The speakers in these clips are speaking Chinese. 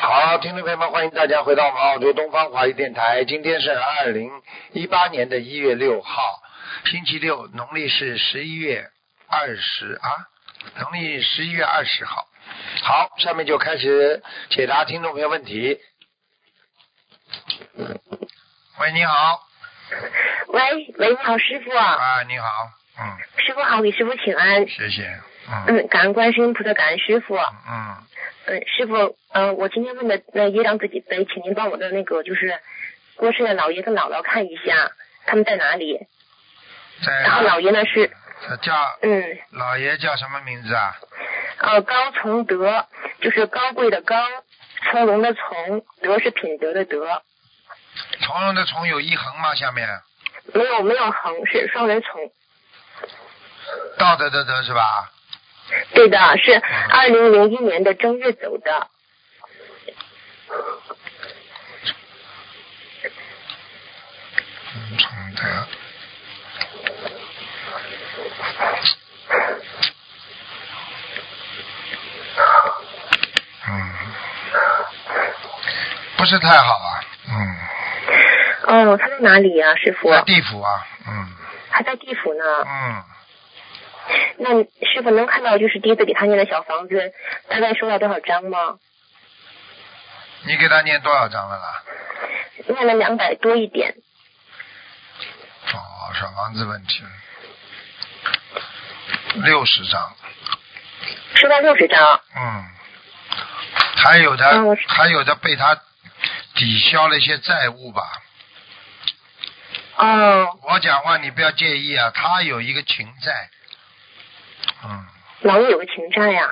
好，听众朋友们，欢迎大家回到我们澳洲东方华语电台。今天是二零一八年的一月六号，星期六，农历是十一月二十啊，农历十一月二十号。好，下面就开始解答听众朋友问题。喂，你好，喂喂，你好，师傅，啊，你好，嗯，师傅好，给师傅请安。谢谢，嗯嗯，感恩观世音菩萨，感恩师傅。嗯，嗯，师傅，嗯，我今天问的那一张自己杯，请您帮我的那个就是过世的姥爷跟姥姥看一下，他们在哪里？然后在姥爷呢是，他叫嗯，老爷叫什么名字啊？呃，高从德，就是高贵的高，从容的从，德是品德的德，从容的从有一横吗？下面没有没有横，是双人从。道德的德是吧？对的，是二零零一年的正月走的。嗯，从德。嗯，不是太好啊，嗯，哦，他在哪里呀、师傅？在地府啊，嗯还在地府呢。嗯，那你师傅能看到就是第一次给他念的小房子，大概收到多少张吗？你给他念多少章了啦？念了两百多一点。哦，小房子问题，六十章，收到六十张，嗯，还有的、嗯我知还有的被他抵消了一些债务吧，哦，我讲话你不要介意啊，他有一个情债，嗯老爷有个情债呀、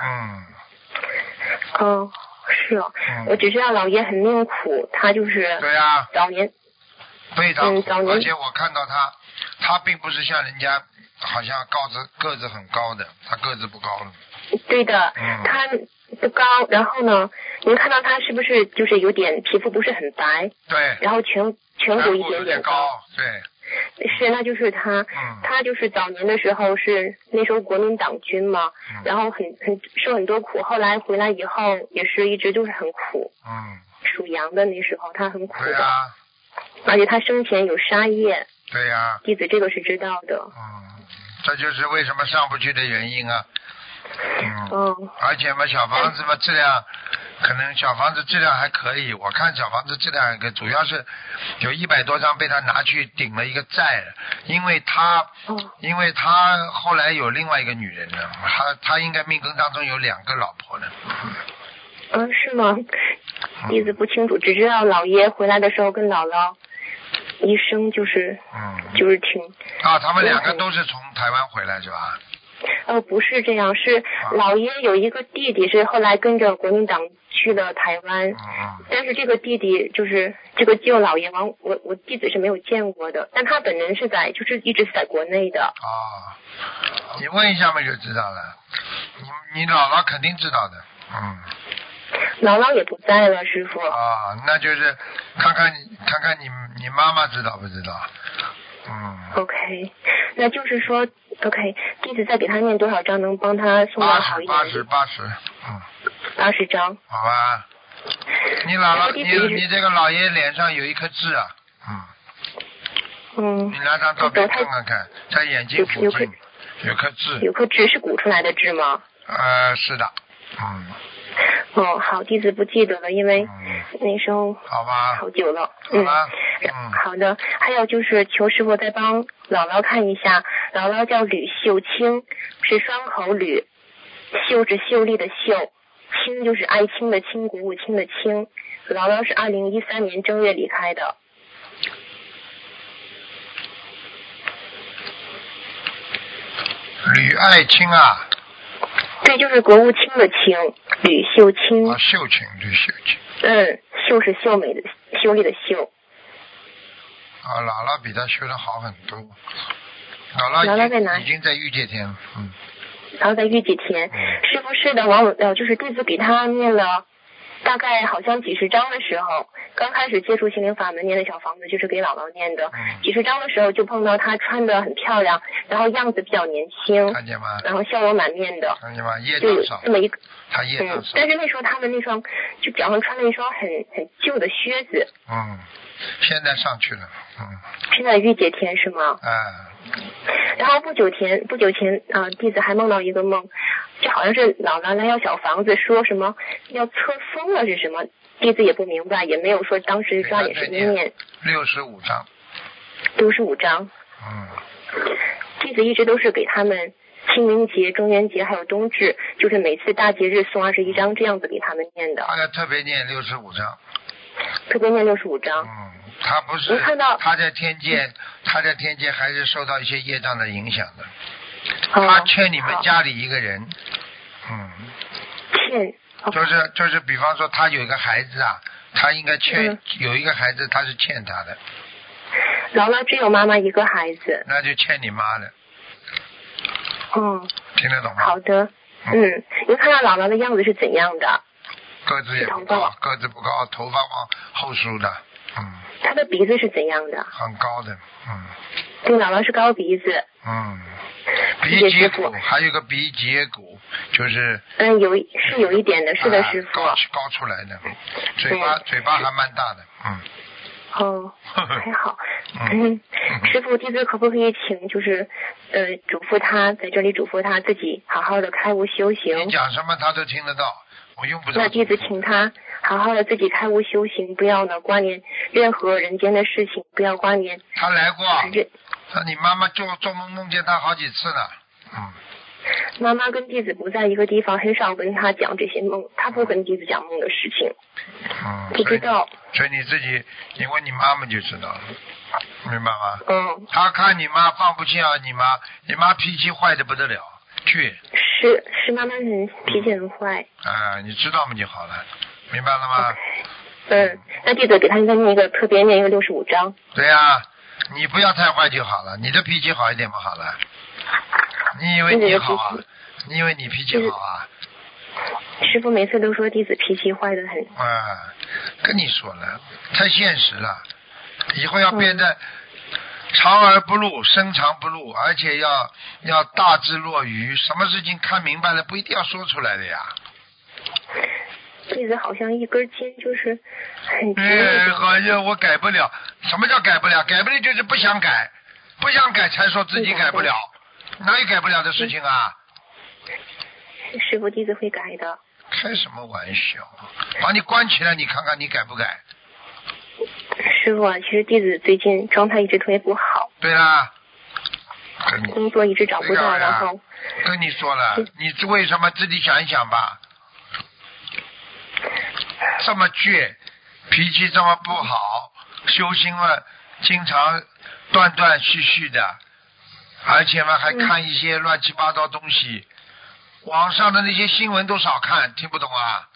嗯哦，是哦，我嗯，只知道老爷很命苦，他就是对啊，早年，非常苦，嗯早年而且我看到他，他并不是像人家好像高子个子很高的，他个子不高了，对的，嗯他不高，然后呢，您看到他是不是就是有点皮肤不是很白，对，然后颧颧然后骨一有点点点，高，对，是，那就是他，嗯他就是早年的时候是那时候国民党军嘛，嗯然后很很受很多苦，后来回来以后也是一直就是很苦，嗯，属羊的那时候他很苦对啊的，呀、而且他生前有杀业，对呀、弟子这个是知道的。嗯，这就是为什么上不去的原因啊，嗯。嗯，而且嘛，小房子嘛，质量可能小房子质量还可以。我看小房子质量还可以，主要是有一百多张被他拿去顶了一个债，因为他哦，因为他后来有另外一个女人呢，他他应该命根当中有两个老婆呢。嗯，是吗？弟子嗯不清楚，只知道姥爷回来的时候跟姥姥一生就是嗯，就是挺，啊，他们两个都是从台湾回来是吧？哦，不是这样，是嗯姥爷有一个弟弟是后来跟着国民党去了台湾，嗯嗯但是这个弟弟就是这个舅老爷王，我我弟子是没有见过的，但他本人是在就是一直是在国内的。哦，你问一下嘛就知道了，你你姥姥肯定知道的，嗯。姥姥也不在了，师傅。啊，那就是看看你看看你你妈妈知道不知道？嗯， OK，那就是说，OK，弟子再给他念多少章能帮他送到八好十一八十点？八十，嗯，八十章。好吧。你姥姥，我弟你弟是你这个姥爷脸上有一颗痣啊，嗯，嗯你，拿张照片我懂他看看看，在眼睛附有颗近有颗痣，有颗痣是鼓出来的痣吗？呃，是的，嗯哦，好，弟子不记得了，因为嗯，那时候好吧，哎好久了。好嗯。吧，嗯，好的，还有就是求师傅再帮姥姥看一下，姥姥叫吕秀清，是双口吕，秀是秀丽的秀，清就是爱卿的清，古务卿的清。姥姥是二零一三年正月离开的，嗯吕爱卿啊，对，就是国务卿的卿，吕秀清啊，。秀琴，吕秀琴，嗯，秀是秀美的秀丽的秀，啊，姥姥比他修的好很多，姥姥姥在哪姥已里已经在御界天了，嗯。然后在御几天，师傅是的，王我呃就是弟子给他念了大概好像几十章的时候，刚开始接触心灵法门念的小房子就是给姥姥念的，嗯，几十章的时候就碰到她穿的很漂亮，然后样子比较年轻，看见吗？然后笑容满面的，看见吗？业就有障少，这么一个他业嗯障，少。但是那时候他们那双就脚上穿了一双很很旧的靴子，嗯，现在上去了，嗯，是在御姐天是吗？啊，然后不久前不久前啊、呃弟子还梦到一个梦，这好像是老奶奶要小房子，说什么要册封了是什么？弟子也不明白，也没有说当时抓也是对对念六十五章，六十五章。嗯，弟子一直都是给他们清明节、中元节还有冬至，就是每次大节日送二十一章这样子给他们念的，他要特别念六十五章，特别念六十五章。嗯，他不是我看到他在天界，他在天界还是受到一些业障的影响的，嗯他啊，欠你们好家里一个人，嗯，欠哦就是就是，比方说他有一个孩子啊，他应该欠、嗯有一个孩子，他是欠他的，劳拉只有妈妈一个孩子。那就欠你妈的，嗯，听得懂吗好？的。嗯，您看到姥姥的样子是怎样的？个子也不头高发，个子不高，头发往后梳的，嗯，她的鼻子是怎样的？很高的，嗯对，姥姥是高鼻子，嗯，谢鼻谢节师骨傅还有个鼻节骨，就是嗯，有一是有一点的，是的，啊师傅。高高出来的，嘴巴嘴巴还蛮大的，嗯，哦， 呵呵还好。嗯嗯，师傅，弟子可不可以请就是，呃，嘱咐他在这里嘱咐他自己好好的开悟修你行。讲什么他都听得到，我用不着。那弟子请他好好的自己开悟修行，不要呢关联任何人间的事情，不要关联他来过，这他你妈妈做做梦梦见他好几次了，嗯，妈妈跟弟子不在一个地方，很少跟他讲这些梦，他不跟弟子讲梦的事情，嗯，不知道。所以，所以你自己，你问你妈妈就知道了，明白吗？嗯，他看你妈放不下你妈，你妈脾气坏的不得了，倔是是，妈妈很脾气很坏。啊、你知道吗？就好了，明白了吗？嗯，那弟子给他再念一个特别念一个六十五章。对呀、你不要太坏就好了，你的脾气好一点不好了？你以为你好啊对对对？你以为你脾气好啊？师傅每次都说弟子脾气坏的很。啊，跟你说了，太现实了，以后要变得长而不露，深藏不露，而且要要大智若愚，什么事情看明白了不一定要说出来的呀。弟子好像一根筋就是很直哎，的。好像我改不了，什么叫改不了？改不了就是不想改，不想改才说自己改不了，哪有改不了的事情啊？师傅弟子会改的。开什么玩笑？啊把你关起来，你看看你改不改？师傅啊，其实弟子最近状态一直特别不好，对啦，跟你工作一直找不对呀到，然后跟你说了嗯，你为什么自己想一想吧？这么倔，脾气这么不好，修心嘛，经常断断续续的，而且嘛还看一些乱七八糟东西，网上的那些新闻都少看，听不懂啊？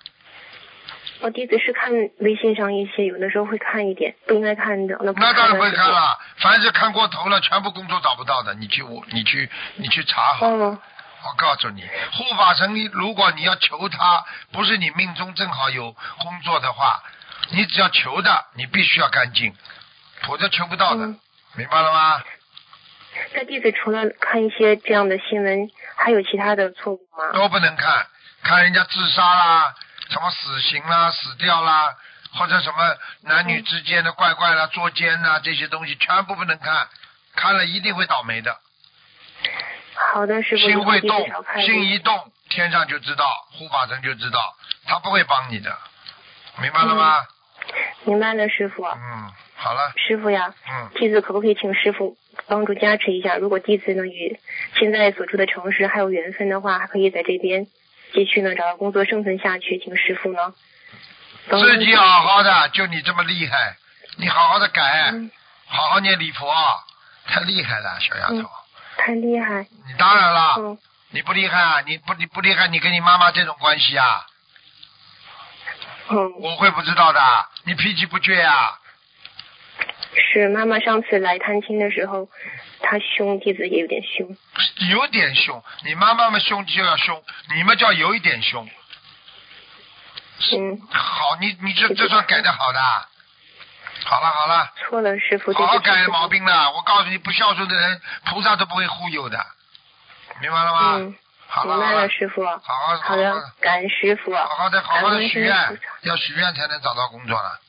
我哦弟子是看微信上一些，有的时候会看一点，不应该看的，那不那当然不会会看。了，凡是看过头了，全部工作找不到的，你去你去你去查好。嗯，我告诉你，护法神，如果你要求他，不是你命中正好有工作的话，你只要求的，你必须要干净，否则求不到的，嗯明白了吗？那弟子除了看一些这样的新闻，还有其他的错误吗？都不能看，看人家自杀啦，什么死刑啦、死掉啦，或者什么男女之间的怪怪啦、捉奸啦这些东西，全部不能看，看了一定会倒霉的，好的，师傅，以心后会弟子少动，看一心点。一动，天上就知道，护法神就知道，他不会帮你的，明白了吗？嗯明白了，师傅。嗯，好了，师傅呀，嗯，弟子可不可以请师傅帮助加持一下？如果弟子呢与现在所住的城市还有缘分的话，还可以在这边继续呢找到工作生存下去，请师傅呢帮嗯自己好好的，就你这么厉害，你好好的改，嗯好好念礼佛，太厉害了，小丫头，太厉害，你当然啦，嗯，你不厉害啊，你不你不厉害，你跟你妈妈这种关系啊，嗯，我会不知道的，你脾气不倔啊，是妈妈上次来探亲的时候，她凶，弟子也有点凶，有点凶，你妈妈们凶就要凶，你们叫有一点凶，嗯，好，你你这这算改的好的啊。好了好了，错了，师傅，对好好不起改师傅毛病了。我告诉你，不孝顺的人，菩萨都不会忽悠的，明白了吗？嗯，啊好了明好白了了，，师傅。好好好好的，感恩师傅。好好的好好感的恩许师愿父，要许愿才能找到工作了。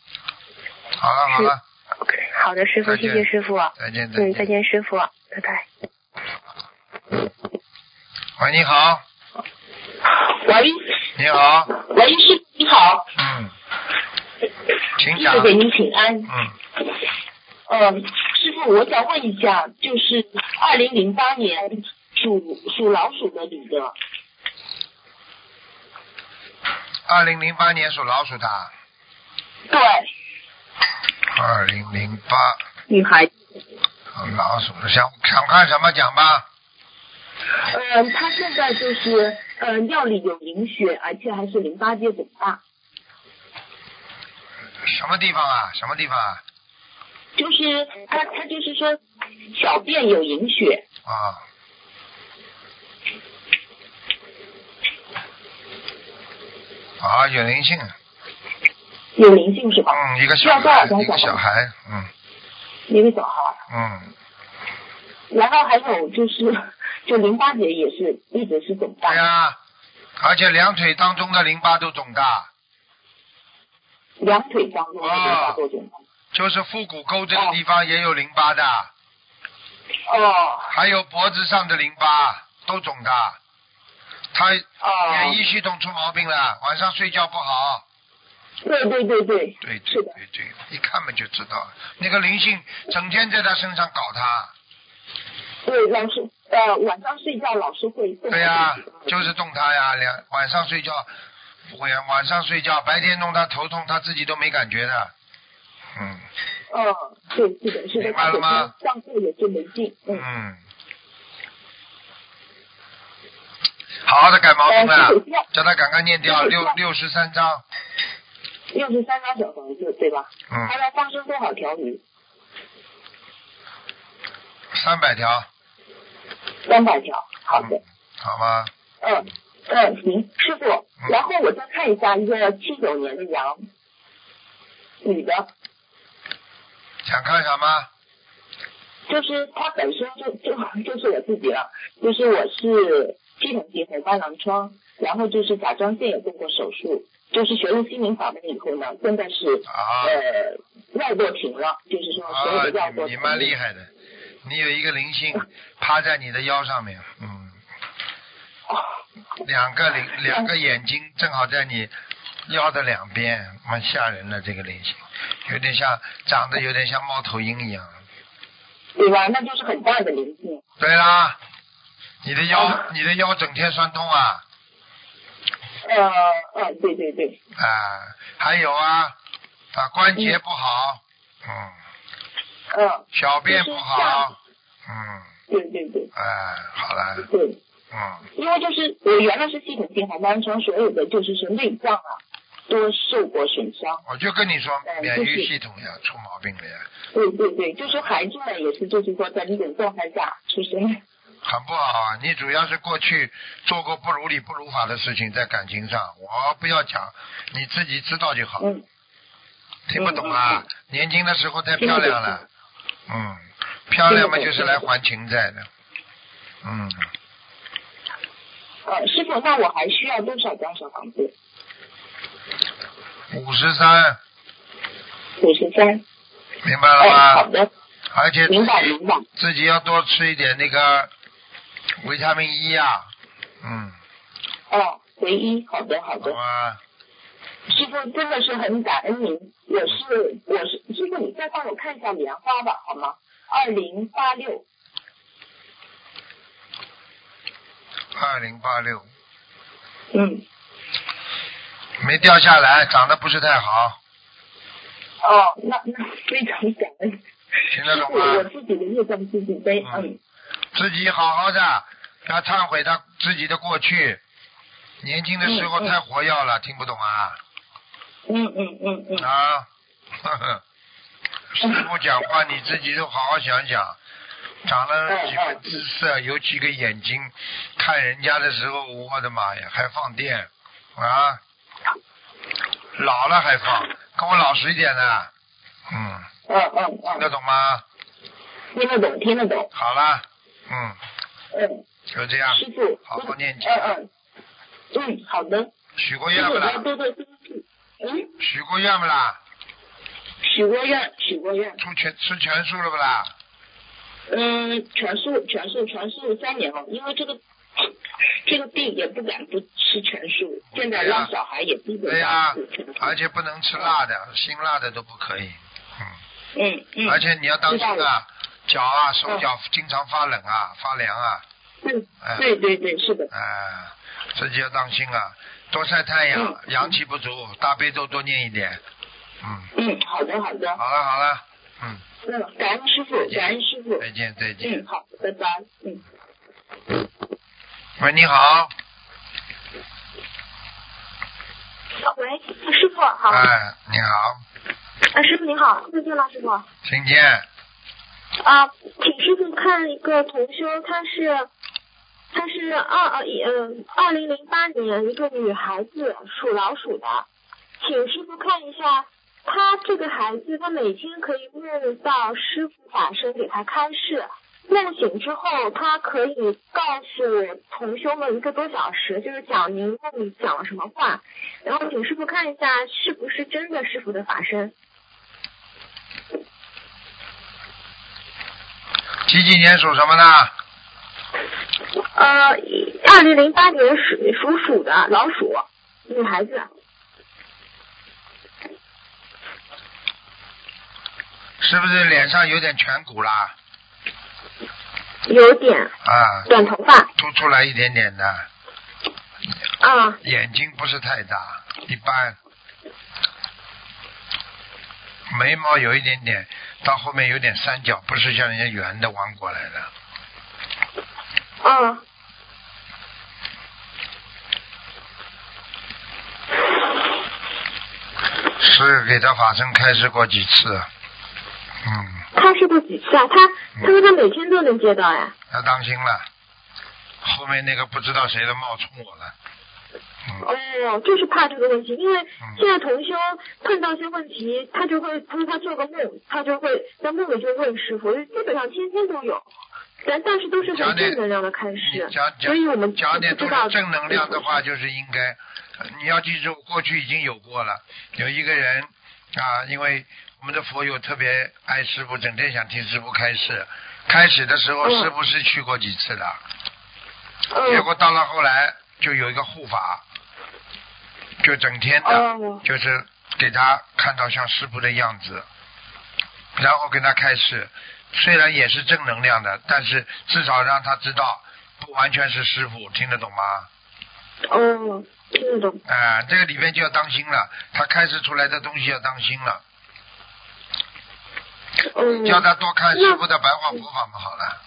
好了好了，好的，师傅，再见谢谢师傅。再见再嗯，再见。见，师傅，拜拜。喂，你好，喂你好，喂，师傅你好，嗯，请师讲傅，给您请安。嗯，嗯，师傅，我想问一下，就是二零零八年属属老鼠的女的，二零零八年属老鼠的，对，二零零八女孩子，老鼠的，想想看什么讲吧？嗯，她现在就是嗯尿里有凝血，而且还是淋巴结肿大，什么地方啊？什么地方啊？就是她她就是说小便有凝血，啊，啊，有灵性，有灵性是吧？嗯，一个需小要多孩少，张一个小小房子孩，嗯一个小孩，嗯，然后还有就是就淋巴结也是一直是肿对大，呀、而且两腿当中的淋巴都肿大，两腿当中的淋巴都肿大。就是腹股沟这啊个地方也有淋巴的，哦还有脖子上的淋巴都肿的，他免哦，疫系统出毛病了，晚上睡觉不好。对对对对，对对是的对对，一看嘛就知道了，那个灵性整天在他身上搞他，对老师呃晚上睡觉老师会会对呀、这就是动他呀，两晚上睡觉不会啊，晚上睡觉，白天弄他头痛，他自己都没感觉的，嗯嗯对是的是的，明白了吗？上课也是没劲，嗯，嗯，好好的改毛病呃了是，要叫他赶快念掉是六是六十三章，六十三张小房子对吧？嗯他，要放生多少条鱼？三百条，三百条，好的，好吗？嗯嗯行，师傅，嗯然后我再看一下一个七九年的羊，女的，想看什么？啊就是她本身就就就是我自己了，就是我是系统性红斑狼疮，然后就是甲状腺也做过手术，就是学了心灵法门以后呢，现在是啊呃药做停了，就是说所有的药啊，做你你停了。蛮厉害的，你有一个灵性嗯趴在你的腰上面，嗯。哦两个灵，两个眼睛正好在你腰的两边，蛮吓人的这个脸型，有点像长得有点像猫头鹰一样。对吧？那就是很大的灵性。对啦，你的腰，哦你的腰整天酸痛啊，呃呃，对对对，啊，还有啊，啊关节不好，嗯，嗯、小便就是不下好，嗯，对对对哎、好了，对，嗯，因为就是我原来是系统性红斑狼疮，所有的就是说内脏啊都受过损伤。我就跟你说，嗯免就疫是系统呀出毛病了呀，对对对，就是孩子们也是，就是说在这种状态下出生。很不好啊！你主要是过去做过不如理不如法的事情，在感情上，我不要讲，你自己知道就好。嗯，听不懂啊？年轻的时候太漂亮了，嗯，漂亮嘛嗯就是来还情债的，嗯，呃，师傅，那我还需要多少张小房子？五十三，五十三。明白哎，了好吗？的，而且明白明白。自己要多吃一点那个维他命 E 啊，嗯，哦，唯一，好的好好啊的。吧，师傅真的是很感恩您，我是我是师傅，你再帮我看一下莲花吧，好吗？二零八六，二零八六嗯，没掉下来，长得不是太好，哦，那那非常感恩，听得师懂傅，吗？我自己的业障自己背，嗯，自己好好的，要忏悔他自己的过去。年轻的时候嗯嗯太活跃了，听不懂啊嗯嗯嗯嗯，啊！ 呵呵师傅讲话你自己都好好想想，长了几分姿嗯色，有几个眼睛，看人家的时候，我的妈呀，还放电啊！老了还放，跟我老实一点呢。嗯，嗯嗯听得嗯，懂吗？听得懂，听得懂，好啦，嗯，嗯，就这样。师傅，啊好好念经嗯嗯，嗯，好的，嗯许过师愿傅不我要啦？多多休息，嗯，许过愿不啦？许过愿，许过愿，出全吃全素了不啦？嗯，全素全素全素三年了，哦因为这个这个病也不敢不吃全素，现在让小孩也逼着对哎呀他吃全素，而且不能吃辣的，辛辣的都不可以。嗯，嗯嗯，而且你要当心知道啊，脚啊、手嗯脚经常发冷啊、发凉啊，对哎对对对，是的，啊，自己要当心啊，多晒太阳嗯，阳气不足，大悲咒多念一点。嗯，嗯，好的好的，好了好了，嗯，嗯，感恩师傅，感恩师傅，再见再见。嗯，好，拜拜，嗯。喂，你好，喂，师傅好，哎啊、，你好，师傅您好，再见了，师傅。听见？啊，请师傅看一个同修，她是她是二呃嗯二零零八年一个女孩子，属老鼠的，请师傅看一下，她这个孩子她每天可以梦到师傅法身给她开示，梦醒之后她可以告诉同修们一个多小时，就是讲您梦里讲了什么话，然后请师傅看一下是不是真的师傅的法身。几几年属什么的？呃，二零零八年属属鼠的老鼠，女孩子。是不是脸上有点颧骨啦？有点啊，短头发凸出来一点点的，啊，眼睛不是太大，一般。眉毛有一点点，到后面有点三角，不是像人家圆的弯过来的。嗯，是给他法身开示过几次，嗯，她试过几次啊？她她说她每天都能接到哎，要当心了。后面那个不知道谁的冒充我了，嗯，哦，就是怕这个问题，因为现在同修碰到一些问题，他就会，他说他做个梦，他就会在梦里就问师傅，基本上天天都有，但但是都是讲很点正能量的开始你，讲所以我讲们讲点不都知道是正能量的话，就是应该，呃你要记住，过去已经有过了，有一个人啊，因为我们的佛友特别爱师傅，整天想听师傅开示，开始的时候嗯师傅是去过几次的，结嗯果到了后来就有一个护法，就整天的。哦就是给他看到像师傅的样子，然后跟他开始，虽然也是正能量的，但是至少让他知道不完全是师傅，听得懂吗？哦，听得懂，啊、这个里面就要当心了，他开始出来的东西要当心了，嗯。叫他多看师傅的白话佛法嘛，好了。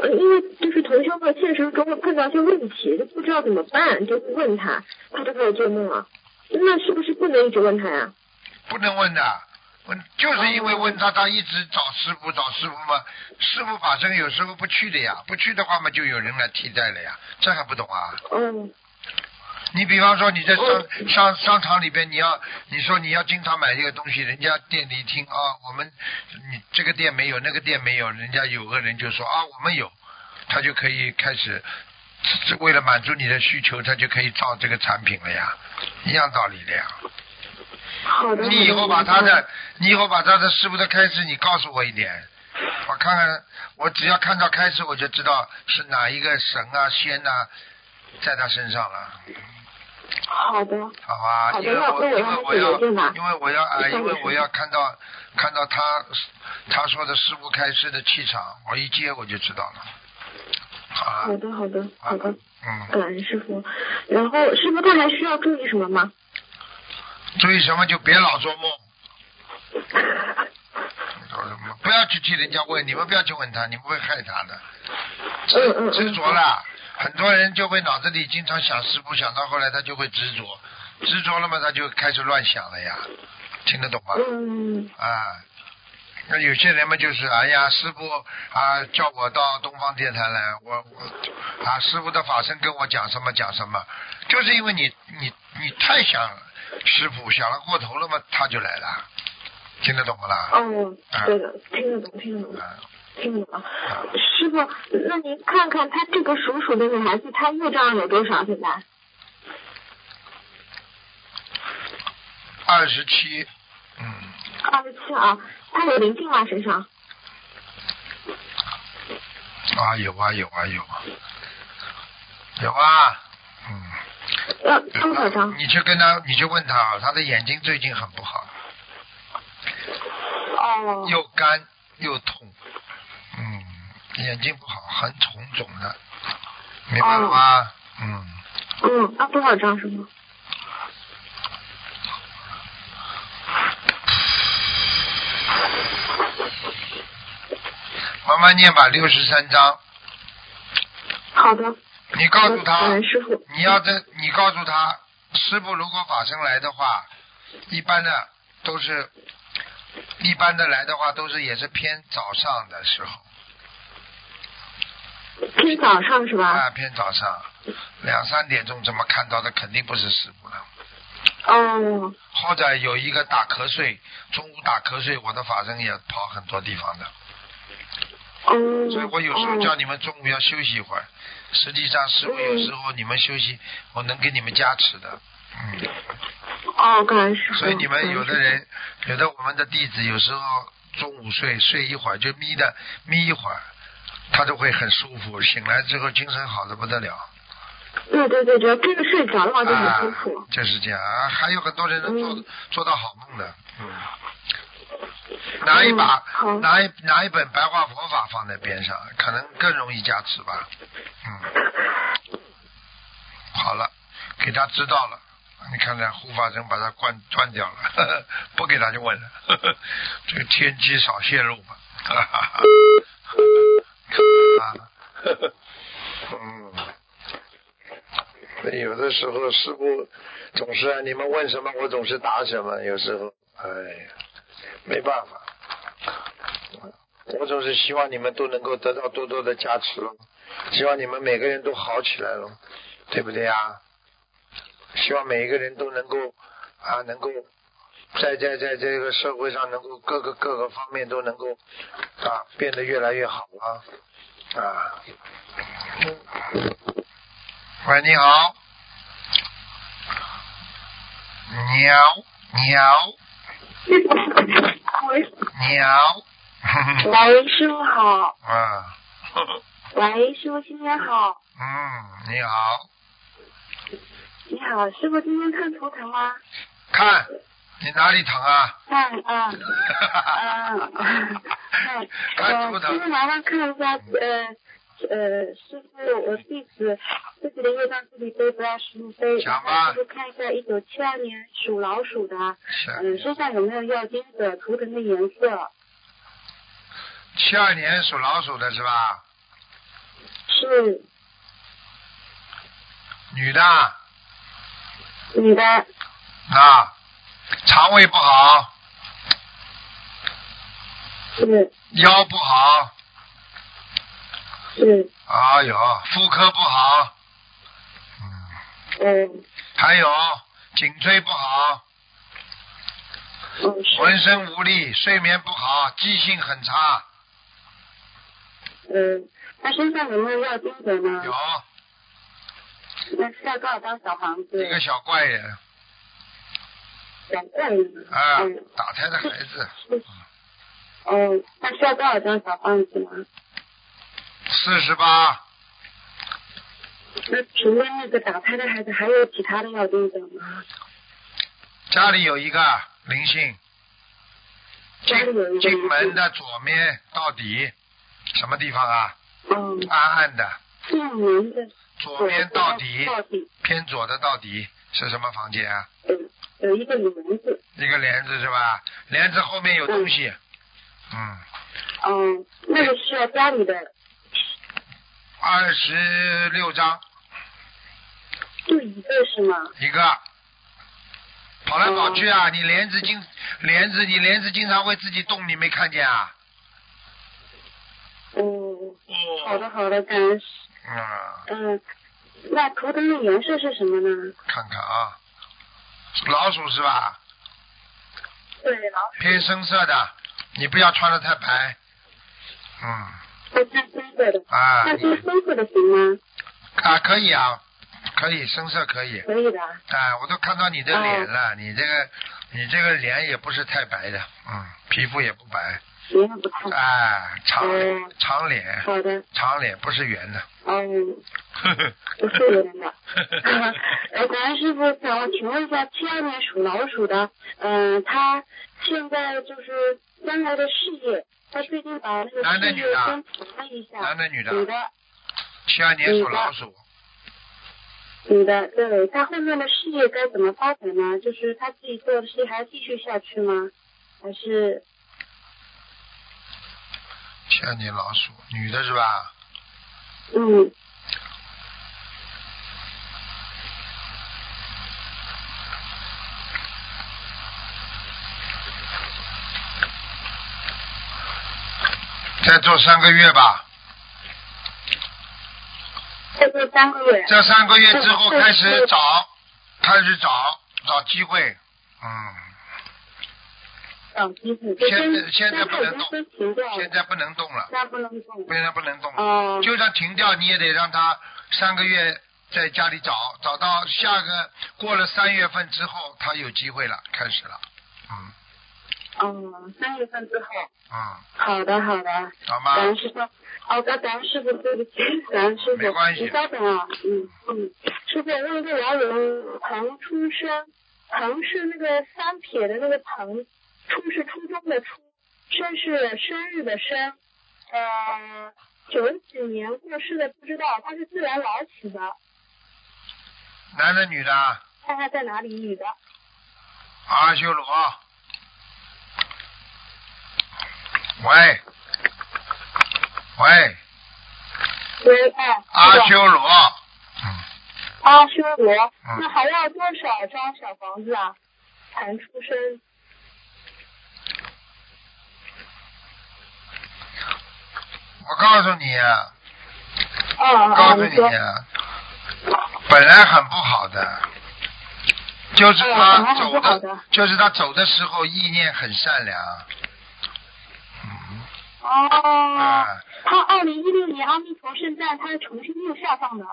呃，因为就是同修们现实中会碰到一些问题，就不知道怎么办，就会问他，他就开始做梦了。那是不是不能一直问他呀？不能问的，问就是因为问他，他一直找师傅，找师傅嘛，师傅法身有时候不去的呀，不去的话嘛，就有人来替代了呀，这还不懂啊？嗯，你比方说你在商商商场里边，你要你说你要经常买这个东西，人家店里一听啊，我们你这个店没有，那个店没有，人家有个人就说啊，我们有，他就可以开始这为了满足你的需求，他就可以造这个产品了呀，一样道理的呀。好的。你以后把他的，你以后把他的师傅的开始，你告诉我一点，我看看，我只要看到开始，我就知道是哪一个神啊仙啊，在他身上了。好的，好吧，好的因为那我那我因为让他我写要邮件吧因为我要啊，你看因为你我是要看到看到他他说的师傅开示的气场，我一接我就知道了。好好了，的，好的，好的，嗯，感恩师傅。然后师傅，他还需要注意什么吗？注意什么就别老做梦，做什么不要去替人家问，你们不要去问他，你们会害他的。嗯嗯嗯执着了，很多人就会脑子里经常想师傅，想到后来他就会执着，执着了嘛，他就开始乱想了呀，听得懂吗？嗯，啊，那有些人嘛，就是哎呀，师傅啊，叫我到东方电台来，我我啊，师傅的法身跟我讲什么讲什么，就是因为你你你太想师傅想了过头了嘛，他就来了，听得懂不啦？嗯，对的，听得懂，听得懂。啊，听懂，师傅，那您看看他这个属鼠的女孩子，她业障有多少？现在二十七，嗯，二十七啊，她有灵性吗？身上？啊有啊有啊有啊，有啊，嗯，要呃多少张？你去跟他，你去问他，他的眼睛最近很不好，哦，又干又痛，嗯，眼睛不好，很红肿的，明白了吗？哦嗯，嗯，要多少张师傅？慢慢念吧，六十三章。好的，你告好诉的，他感，恩师傅。你要真，你告诉他，师傅如果法身来的话，一般的都是，一般的来的话都是也是偏早上的时候今早上是吧？啊，偏早上两三点钟怎么看到的肯定不是师傅了。哎哦，或者有一个打瞌睡，中午打瞌睡，我的法身也跑很多地方的，哦，所以我有时候哦叫你们中午要休息一会儿。实际上，师傅有时候你们休息，我能给你们加持的。嗯，哦，感恩师傅。所以你们有的感恩师人，有的我们的弟子有时候中午睡睡一会儿就眯的眯一会儿，他都会很舒服，醒来之后精神好的不得了。傅，对对哦对，只要真的睡着的话就啊很舒服。，就是这样啊，还有很多人能做、嗯做到好梦的，嗯。拿一把，好拿一拿一本白话佛法放在边上，可能更容易加持吧。嗯，好了，给他知道了，你看看护法神把他关断掉了，呵呵不给他就问了， 呵呵这个天机少泄露嘛。哈哈哈哈呵呵 嗯，所以有的时候师傅总是啊，你们问什么我总是答什么，有时候，哎呀，没办法。我总是希望你们都能够得到多多的加持了，希望你们每个人都好起来了，对不对啊？希望每一个人都能够啊，能够在在在这个社会上能够各个各个方面都能够啊变得越来越好啊啊！喂，你好，鸟鸟哎鸟，哼哼喂，师傅好。 啊，呵呵喂，师傅新年好。嗯，你好，你好，师傅今天看图腾吗？看你哪里疼啊？看啊。嗯，看图呃，腾师傅，麻烦看一下，呃呃，师傅，我弟子自己的业障自己背，不让师傅背。讲吧麻烦师傅看一下一九七二年属老鼠的，嗯， 是身上有没有药精的图腾的颜色？七二年属老鼠的是吧？是女的啊，女的，肠胃不好，是腰不好，是，哎呦，妇科不好，嗯还有颈椎不好，嗯是，浑身无力，睡眠不好，记性很差，呃嗯，她身上有没有药精者呢？有那是在多少张小房嗯子一？个小怪人两个人。啊嗯，打胎的孩子，哦，那需要多少张小房子呢？四十八，那除了那个打胎的孩子，还有其他的要盯着吗？家里有一个灵性。家里有一进个进门。的左面到底什么地方啊？嗯，暗暗的，进门的左面到底到底偏左的到底是什么房间啊？有有一个帘子。一个帘子是吧？帘子后面有东西，嗯，嗯，那个需要家里的，二十六张就一个是吗？一个，跑来跑去啊！你帘子经帘子，你帘子经常会自己动，你没看见啊？嗯，好嗯，的好的，感恩。嗯，嗯，那图腾的颜色是什么呢？看看啊，老鼠是吧？对，老偏深色的，你不要穿的太白。嗯鼠看深色的，啊那是深色的行吗？啊，可以啊，可以深色可以。可以的。啊，我都看到你的哦脸了，你这个你这个脸也不是太白的，嗯，皮肤也不白，别人不看。啊，长嗯长脸，好的，长脸不是圆的，嗯，呵呵不是我呵的。啊呵，呃，感恩师傅，想请问一下，七二年属老鼠的，嗯、他现在就是将来的事业，他最近把那个男的事女业的啊先查了一 下男，的女的，啊女的，七二年属老鼠，女的，对，他后面的事业该怎么发展呢？就是他自己做的事业还要继续下去吗？还是七二年老鼠，女的是吧？嗯，再做三个月吧，再做三个月，这三个月之后嗯开始嗯找，开始找找机会，嗯，找机会，就现先在现在先不他已能经动，先停掉了现，在不能动了，那不能动，现在不能动了。哦，就算停掉，你也得让他三个月在家里找，找到下个过了三月份之后，他有机会了，开始了，嗯哦，三月份之后，嗯，好的好的。好吗感？嗯恩师傅，哦，感恩师傅，对不起，感恩师傅，没关系你稍等啊，嗯嗯，师傅，问这老人彭出生，彭是那个三撇的那个彭，出是初中的初，生是生日的生，呃，九几年过世的不知道，他是自然老死的，男的女的啊？看看在哪里，女的，阿修罗。喂，喂，对，哎，阿修罗，阿修罗，嗯那还要多少张小房子啊？才出生？我告诉你啊，哦告哦，诉你你说，啊，本来很不好的，就是嗯本他来很走不的，好的就是他走的时候意念很善良。嗯哦。啊，他二零一六年阿弥陀圣诞，他是重新又下放的。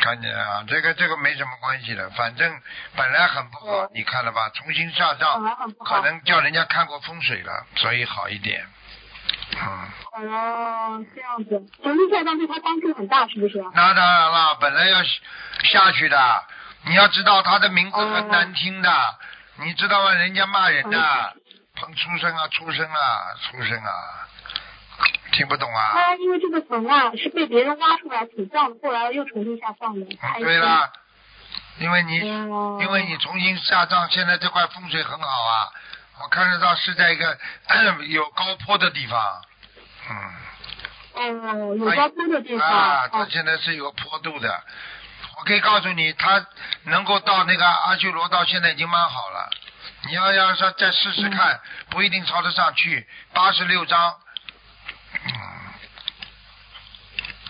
看见啊，这个这个没什么关系的，反正本来很不好，你看了吧？重新下本葬，来很不可哦好。能叫人家看过风水了，所以好一点。嗯，哦，这样子，重新下放对他帮助很大，是不是？那当然了，本来要下去的，你要知道他的名字很难听的，你知道吗？人家骂人的，彭出生啊，出生啊，出生啊，听不懂啊？他因为这个坟啊是被别人挖出来土葬的，后来又重新下放的。嗯，对啦，因为你、哦因为你重新下葬，现在这块风水很好啊，我看得到是在一个 有高坡的地方，嗯。哦，有高坡的地方。啊，他哦现在是有坡度的。我可以告诉你，他能够到那个阿修罗道，现在已经蛮好了。你要要说再试试看，嗯不一定超得上去。八十六章，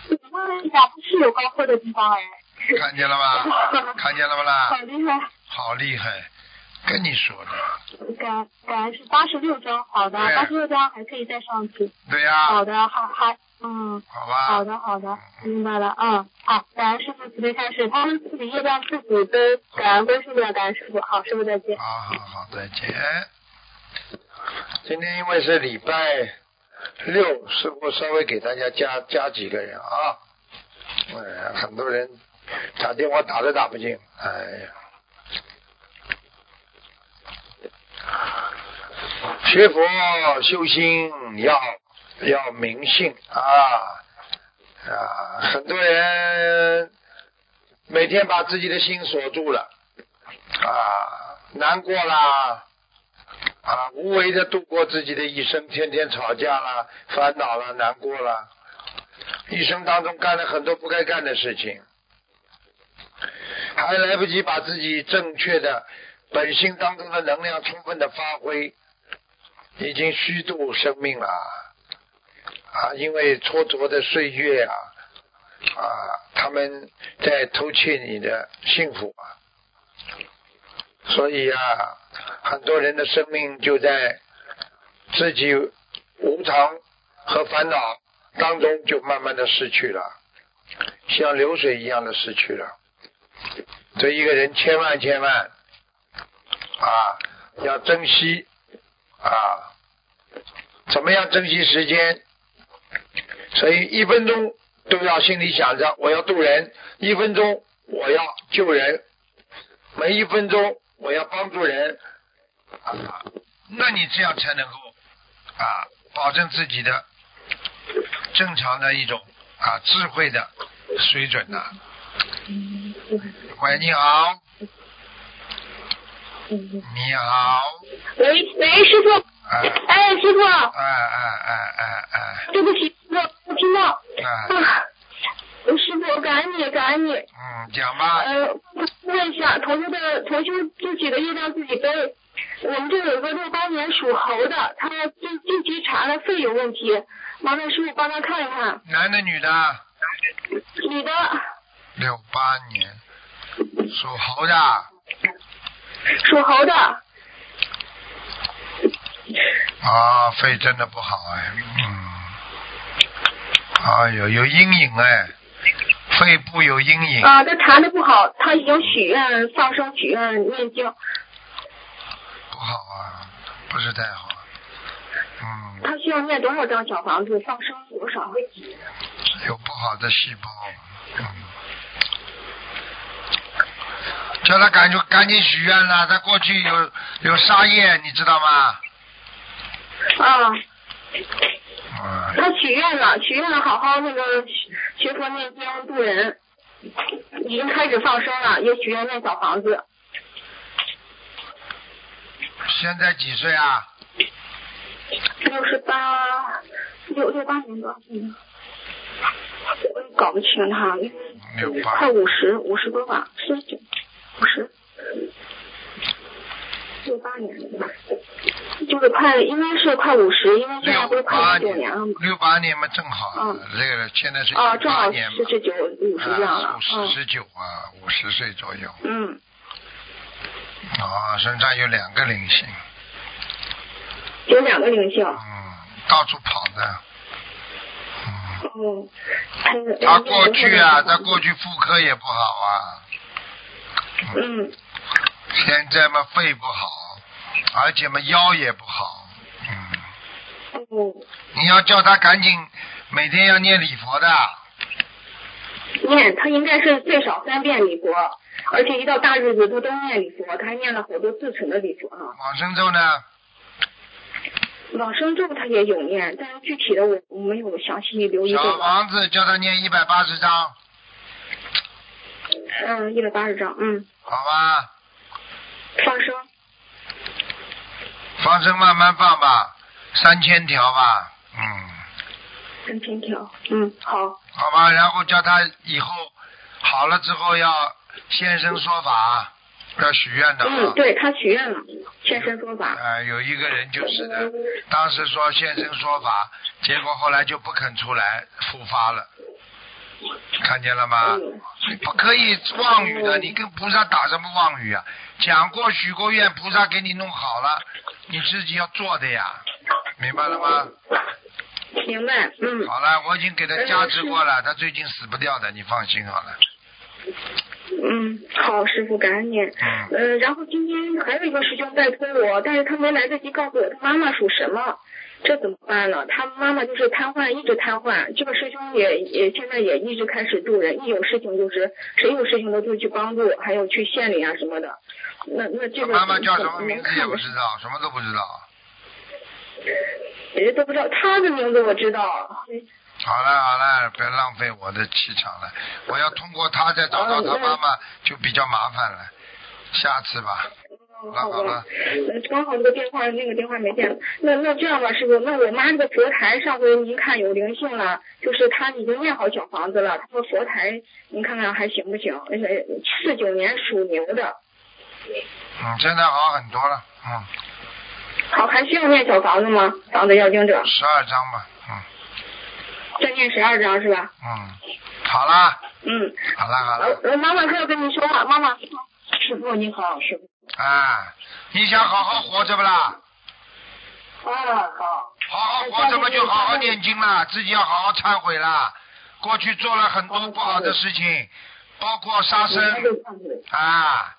我问一下，他是有高坡的地方哎。看见了 吧？看见了不啦？好厉害，好厉害，跟你说的，感感恩是八十六张，好的，对啊八十六张还可以再上去。对呀、好的，好还嗯。好吧。好的，好的，明白了。嗯，好，感恩师傅慈悲开示，他们自己业障自己背，感恩观世音，感恩师傅。好，师傅再见。好好好，再见。今天因为是礼拜六，师傅稍微给大家加加几个人啊。哎，很多人打电话打都打不进，哎呀。学佛修心要要明性啊啊！很多人每天把自己的心锁住了。啊，难过啦，啊，无为的度过自己的一生，天天吵架啦，烦恼啦，难过啦，一生当中干了很多不该干的事情，还来不及把自己正确的本性当中的能量充分的发挥，已经虚度生命了啊！因为蹉跎的岁月啊啊，他们在偷窃你的幸福啊，所以啊，很多人的生命就在自己无常和烦恼当中就慢慢的失去了，像流水一样的失去了。所以一个人千万千万。啊，要珍惜啊！怎么样珍惜时间？所以一分钟都要心里想着我要渡人，一分钟我要救人，每一分钟我要帮助人。啊、那你这样才能够啊，保证自己的正常的一种啊智慧的水准呐、喂，你好，你好，喂喂，师傅，啊哎，师傅，啊啊啊啊啊！对不起，师傅，我听到。啊，啊，师傅，我感恩你，感恩你。嗯，讲吧，呃，问一下，同修的同修自己的业障自己背。我们这有个六八年属猴的，他近近期查了肺有问题，麻烦师傅帮他看一看。男的女的，女的六八年，属猴的，属猴的，啊，肺真的不好哎，嗯，哎呦，有阴影哎，肺部有阴影，啊，他查的不好，他已经许愿放生、许愿念经，不好啊，不是太好，嗯，他需要念多少张小房子？放生多少？有不好的细胞，嗯，叫他赶紧赶紧许愿了，他过去有有沙业，你知道吗？啊，嗯。他许愿了，许愿了，好好那个学学佛念经度人，已经开始放生了，也许愿念小房子。现在几岁啊？六十八，六六八年的，嗯，我也搞不清他，六八快五十，五十多吧，四十九，五十，六八年的，就是快，应该是快五十，因为现在不是六快八五九年了年吗？，六八年嘛，正好嗯，这个现在是啊，一正八好年四嘛，十九五十这样了，啊五十嗯十九啊，五十岁左右嗯，啊，身上有两个灵性，有两个灵性，哦嗯，到处跑的，嗯，哦，他他过去啊，他过去妇科也不好啊，嗯现在嘛肺不好，而且嘛腰也不好，嗯，哦，你要叫他赶紧每天要念礼佛的，念，他应该是最少三遍礼佛，而且一到大日子他都念礼佛，他还念了好多自存的礼佛呢。往生咒呢？往生咒他也有念，但是具体的我我没有详细留意小过。房子叫他念一百八十章，嗯，一百八十张，嗯，好吧？放生放生慢慢放吧，三千条吧，嗯，跟天条，嗯，好，好吧。然后叫他以后好了之后要现身说法，要许愿的嗯啊，。对他许愿了，现身说法，呃，有一个人就是的，当时说现身说法，结果后来就不肯出来，复发了，看见了吗？嗯，不可以妄语的，你跟菩萨打什么妄语啊？讲过许过愿，菩萨给你弄好了，你自己要做的呀，明白了吗？明白，嗯，好了，我已经给他加持过了，他最近死不掉的，你放心好了。嗯，好，师傅感恩您。嗯，呃，然后今天还有一个师兄在推我，但是他没来得及告诉我他妈妈属什么，这怎么办呢？他妈妈就是瘫痪，一直瘫痪。这个师兄也也现在也一直开始助人，一有事情就是谁有事情都就去帮助，还有去县里啊什么的。那那这他个妈妈叫什么名能字也看不得知道，什么都不知道。谁都不知道他的名字我知道。好了好了，别浪费我的气场了，我要通过他再找到他妈妈就比较麻烦了，下次吧。嗯好好了好吧了，，嗯刚好这个电话那个电话没电了。那那这样吧，师傅，那我妈这个佛台上回您看有灵性了，就是她已经念好小房子了，呃她说佛台您看看还行不行？那个四九年属牛的，嗯，现在好很多了，嗯，好，还需要念小房子吗？房子要经者，十二章吧，嗯再念十二章是吧？嗯，好啦，嗯，好啦好啦，我妈妈她要跟你说话，妈妈，师傅你好，师傅。啊，你想好好活着不啦？啊，好。好好活着不就好好念经啦，自己要好好忏悔啦。过去做了很多不好的事情，包括杀生，啊，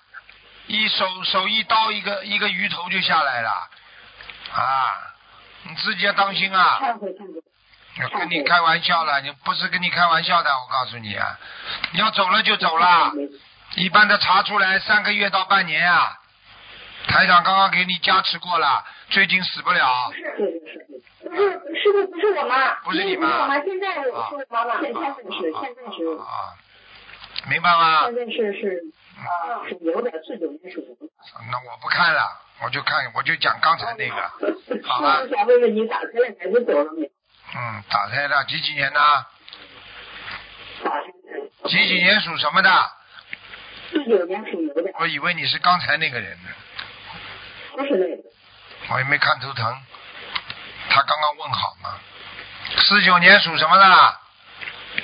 一手手一刀一个一个鱼头就下来了，啊，你自己要当心啊！忏悔忏悔。我跟你开玩笑了，你不是跟你开玩笑的，我告诉你啊，你要走了就走了，一般的查出来三个月到半年啊。台长刚刚给你加持过了，最近死不了。对对是。不是，师傅不是我妈，不是你妈那我妈，现在我是我妈妈，现在是啊现在是啊啊，明白吗？嗯现在是是啊，是有点是有点属牛。那我不看了，我就看，我就讲刚才那个。好了那我想问问你，打开了孩子走了没？嗯，打胎的，几几年的？打开几几年属什么的？四九年属牛的，我以为你是刚才那个人呢，不是那个。我也没看图腾。他刚刚问好吗？四九年属什么的啦？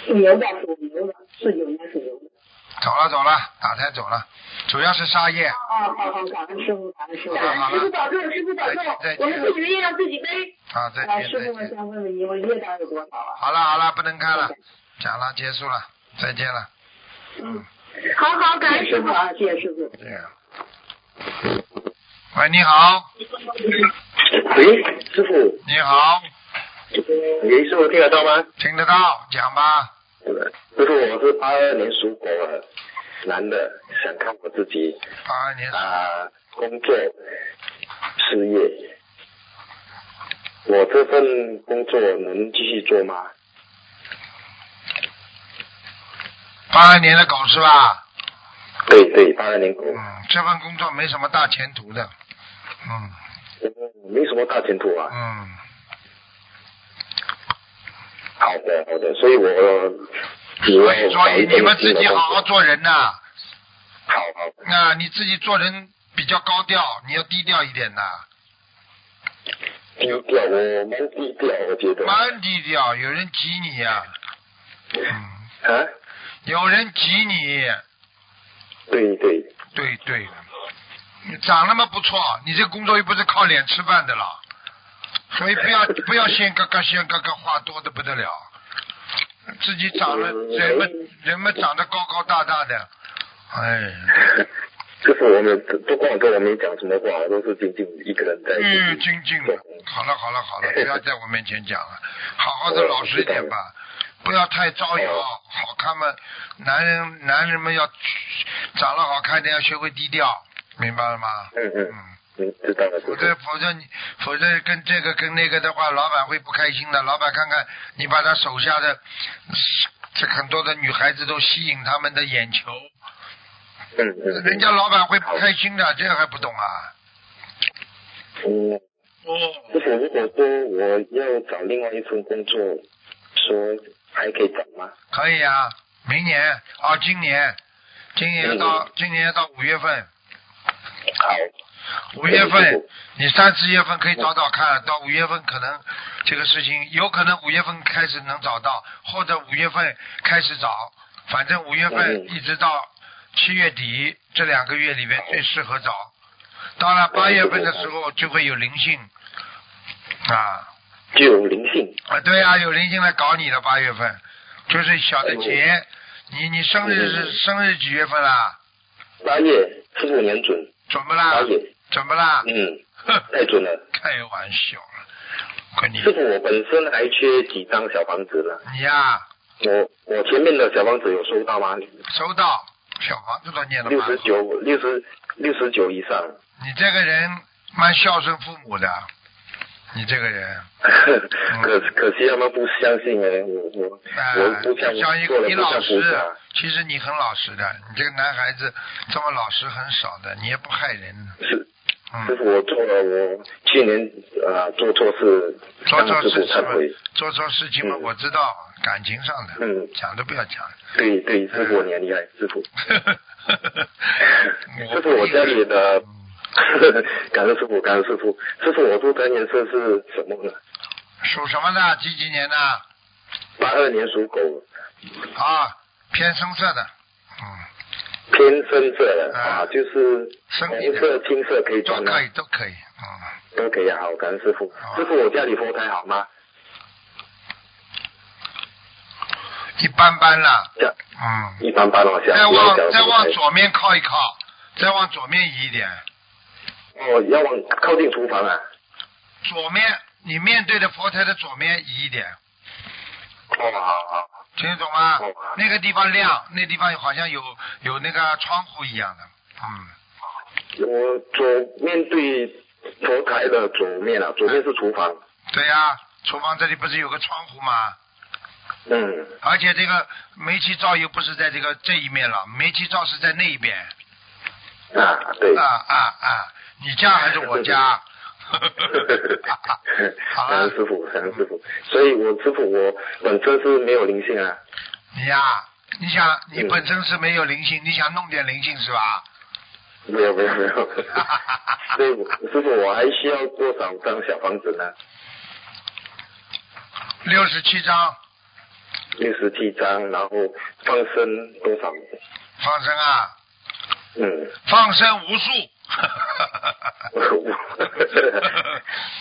属牛的，属牛的，四九年属牛的。走了走了，打胎走了，主要是杀业。啊，好好，感恩师傅，感恩师傅。好了好师傅了，保重，师傅保重再见再，见我们自己的业让自己背。啊再啊，见师再傅，我见。想问问你，我业障有多少啊？好了好了，不能看了，讲了结束了，再见了。好好，感感恩恩师师傅傅。啊，谢谢师傅。这样。喂，你好，喂，师傅，你好，喂，师傅听得到吗？听得到，讲吧。师傅，我是八二年属狗的男的，想看我自己八二年属啊、工作、事业，我这份工作能继续做吗？八二年的狗是吧？对对，八二年狗，嗯，这份工作没什么大前途的。嗯嗯没什么大前途啊。嗯，好的好的，所以我所以以所后找以一你份们自己好好做人呐、好好那你自己做人比较高调，你要低调一点呐、丢掉，我蛮低调，我觉得蛮低调。有人挤你呀、嗯，啊，有人挤你，对对，对对。你长那么不错，你这工作又不是靠脸吃饭的了，所以不要不要先嘎嘎先嘎嘎话多的不得了，自己长得嗯人们没人们长得高高大大的，哎， 就是我们不光我跟我没讲什么话，我都是静静一个人在自己嗯，精进了。好了好了好了，不要在我面前讲了，好好的老实一点吧，不要太招摇。好看嘛，男人男人们要长得好看的要学会低调，明白了吗？嗯嗯嗯，嗯，知道了，知否道则了。否则你否则跟这个跟那个的话，老板会不开心的。老板看看你把他手下的这很多的女孩子都吸引他们的眼球，嗯嗯嗯，人家老板会不开心的，这还不懂啊？嗯，哦。师傅，如果说我要找另外一份工作，说还可以找吗？可以啊，明年啊，今年，今年到、嗯今年到五月份，好，五月份嗯你三四月份可以找找看，到五月份可能这个事情有可能五月份开始能找到，或者五月份开始找，反正五月份嗯一直到七月底这两个月里面最适合找，到了八月份的时候就会有灵性，啊。具有灵性。啊，对啊，有灵性来搞你了，八月份，就是小的节，你你生日是嗯生日几月份啦？八月，师傅年准，准不八啦？月，准不啦？ 嗯，哼，太准了。开玩笑了，跟你师傅，我本身还缺几张小房子呢？你呀、我我前面的小房子有收到吗？收到小房子都念了六吗？十九，六十六十九以上。你这个人蛮孝顺父母的，你这个人， 可嗯可惜他们不相信哎，我我哎、我不像像一做个了你不老像啊菩实萨，，其实你很老实的，你这个男孩子这么老实很少的，你也不害人。嗯是师傅，我做了，我去年啊做错事，做向错师事傅情忏嘛悔。，做错事情嘛，嗯我知道，感情上的，嗯讲都不要 讲。对对，师傅你很厉害，师傅，师 师傅我家里的， 嗯感恩师傅，感恩师傅，师傅我住三年生是什么呢？属什么的？几几年的？八二年属狗，啊，偏深色的，嗯，偏深色的啊，啊就是深红一点色、青色可以都穿的，可以，哦都可以，嗯，都可以啊。好，感恩师傅，好师傅我家里佛台好吗？一般般啦，这嗯，一般般哦，想再不要往讲再佛往台。左面靠一靠，再往左面移一点，哦，要往靠近厨房啊。左面你面对的佛台的左面移一点，哦，好好。听得懂吗哦？那个地方亮，那地方好像有有那个窗户一样的，嗯，我左面对佛台的左面啊，左面是厨房。对呀、厨房这里不是有个窗户吗？嗯，而且这个煤气灶又不是在这个这一面了，煤气灶是在那一边。啊，对。 啊啊啊！你家还是我家？ 好啊了感恩，呃师傅，感恩师傅。所以我师傅，我本身是没有灵性啊。你哎呀、你想你本身是没有灵性，你想弄点灵性是吧？没有没有没 有，所以我师傅我还需要多少张小房子呢？六十七张六十七张，然后放生多少？放生啊，嗯，放生无数。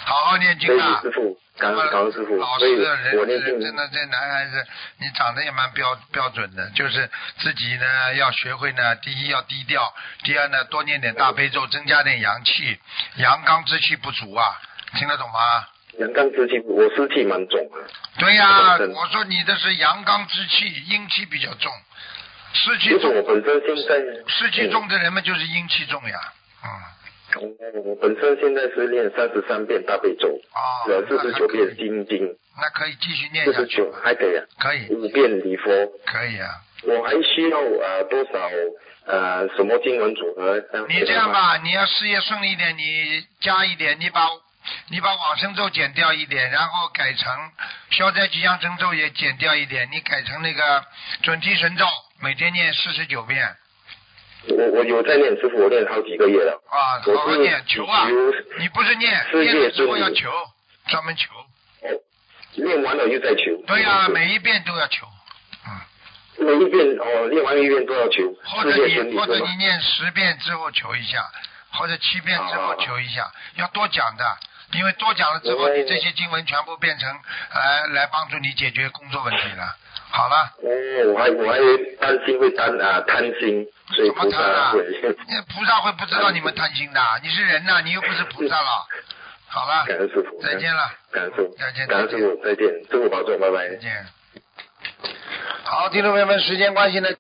好好念所经以啊！师傅，感恩感恩师傅，老所以实的人我念经真的这男孩子，你长得也蛮标标准的，就是自己呢要学会呢，第一要低调，第二呢多念点大悲咒，增加点阳气，阳刚之气不足啊，听得懂吗？阳刚之气，我湿气蛮重的。对呀、嗯我说你的是阳刚之气，阴气比较重，湿气其实重，我本身现在湿气重的人们就是阴气重呀，嗯，嗯我我本身现在是念三十三遍大悲咒，哦，呃，那四还十可九遍以，心经，那可以继续念四下十去九，还可以啊，可以，五遍礼佛，可以啊。我还需要呃多少呃什么经文组合？你这样，嗯吧，你要事业顺利一点，你加一点，你把你把往生咒减掉一点，然后改成消灾吉祥神咒也减掉一点，你改成那个准提神咒，每天念四十九遍我我有在念，师傅，我念好几个月了。啊，好我好是念求啊，你不是念事业念的时候顺利要求，专门求，求哦念完了又在求。对呀、每一遍都要求，嗯每一遍哦，念完一遍都要求，或事者业顺你利或是者吗你？念十遍之后求一下，或者七遍之后啊求一下，要多讲的，因为多讲了之后，哦你这些经文全部变成来来帮助你解决工作问题了。好了，哦，我还我还担心会担啊贪心，所以什么菩贪啊萨会。那菩萨会不知道你们贪心的，你是人呐，你又不是菩萨了。好了， 感恩师傅，再见了，感恩师傅，再见感恩师傅，再见，师傅保重，拜拜再。见。好，听众朋友们，时间关系呢。